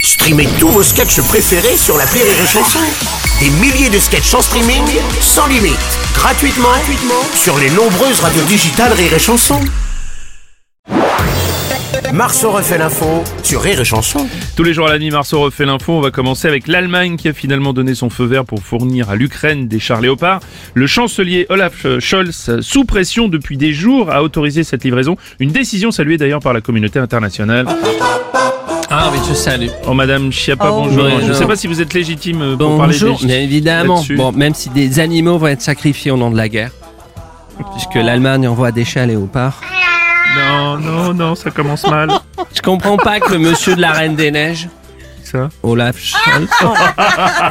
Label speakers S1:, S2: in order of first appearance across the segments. S1: Streamez tous vos sketchs préférés sur la Rire et Chanson. Des milliers de sketchs en streaming, sans limite, gratuitement, gratuitement sur les nombreuses radios digitales Rire et Chanson. Marceau refait l'info sur Rire et Chanson.
S2: Tous les jours à la nuit, Marceau refait l'info. On va commencer avec l'Allemagne qui a finalement donné son feu vert pour fournir à l'Ukraine des chars léopards. Le chancelier Olaf Scholz, sous pression depuis des jours, a autorisé cette livraison. Une décision saluée d'ailleurs par la communauté internationale.
S3: Ah oui, je salue.
S2: Oh Madame Chiappa,
S3: Oh,
S2: bonjour.
S3: bonjour.
S2: Je ne sais pas si vous êtes légitime euh, pour parler
S3: Bonjour,
S2: des-
S3: bien évidemment.
S2: là-dessus.
S3: Bon, même si des animaux vont être sacrifiés au nom de la guerre, puisque
S2: Oh.
S3: l'Allemagne envoie des chats léopards.
S2: Non, non, non, ça commence mal.
S3: Je comprends pas que le monsieur de la Reine des Neiges,
S2: Ça.
S3: Olaf Scholz,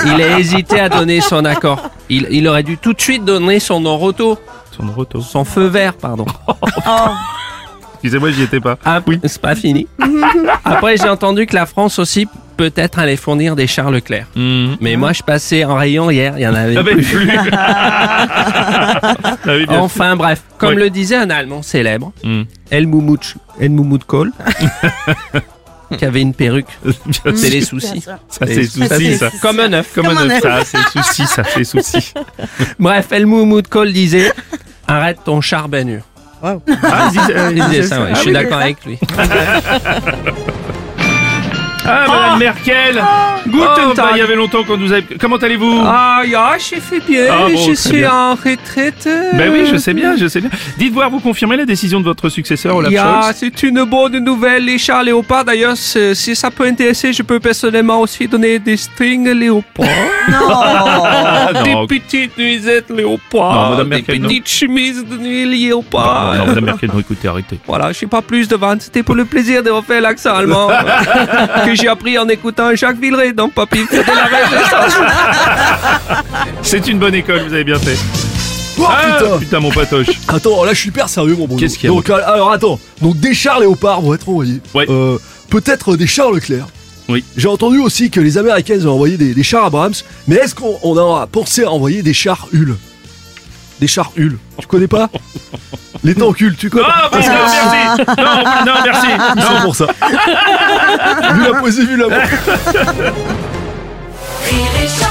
S3: il a hésité à donner son accord. Il, il aurait dû tout de suite donner son non-retour,
S2: Son retour.
S3: son feu vert, pardon.
S2: Excusez-moi, j'y étais pas.
S3: Ah, c'est pas fini. Après, j'ai entendu que la France aussi peut-être allait fournir des chars Leclerc.
S2: Mhm.
S3: Mais moi, je passais en rayon hier, il y en avait
S2: Ah ben,
S3: plus.
S2: plus. ah oui, bien sûr.
S3: Enfin bref,
S2: Oui.
S3: comme le disait un Allemand célèbre,
S2: Mm.
S3: El Moumout El Moumout Kohl, qui avait une perruque.
S2: Bien
S3: C'est
S2: sûr.
S3: les soucis.
S2: Ça,
S3: les
S2: c'est
S3: soucis.
S2: souci, ça.
S3: Comme un œuf.
S2: Comme un œuf. Ça, c'est souci, ça, c'est souci.
S3: Bref, El Moumout Kohl disait Arrête ton char ben nu.
S2: Ah, il disait- euh, il
S3: Il disait
S2: disait
S3: ça, ouais,
S2: Ah
S3: je suis
S2: oui.
S3: d'accord avec lui.
S2: Ah, Madame Merkel Guten
S3: Guten
S2: Tag
S3: Tag.
S2: Il y avait longtemps qu'on nous avait... Comment allez-vous
S3: Ah, ya, j'ai fait bien,
S2: Ah bon,
S3: je
S2: très
S3: suis
S2: bien.
S3: en retraite.
S2: Ben oui, je sais bien, Oh, je sais bien. Dites voir, vous confirmez la décision de votre successeur, Olaf
S3: Ya,
S2: Scholz
S3: c'est une bonne nouvelle, les chars léopards. D'ailleurs, c'est- si ça peut intéresser, je peux personnellement aussi donner des strings léopards.
S2: Ah, non,
S3: Des petites nuisettes léopards.
S2: Non, Madame
S3: des
S2: Merkel, non.
S3: petites chemises de nuit léopards.
S2: Ah, non, Madame Merkel, non, écoutez, arrêtez.
S3: Voilà, je sais pas plus de vente. C'était pour le plaisir de refaire l'accent allemand que j'ai appris en écoutant Jacques Villeray dans Papy. C'était la même
S2: C'est une bonne école, vous avez bien fait. ah, putain. mon patoche.
S4: Attends, oh, là je suis hyper sérieux, mon bon.
S2: Qu'est-ce qu'il y a,
S4: Donc, euh, alors attends, donc des chars léopards vont être envoyés.
S2: Ouais.
S4: Euh, Peut-être des chars Leclerc.
S2: Oui.
S4: J'ai entendu aussi que les Américains ils ont envoyé des, des chars Abrams, mais est-ce qu'on on a pensé à envoyer des chars Hull Des chars Hull Tu connais pas Les tanks Hull, tu connais
S2: Ah, bon, non, merci. Non, non, merci.
S4: Ils sont pour ça.
S2: bah Eh,
S4: vu la posée, vu la
S5: Rire et chanson.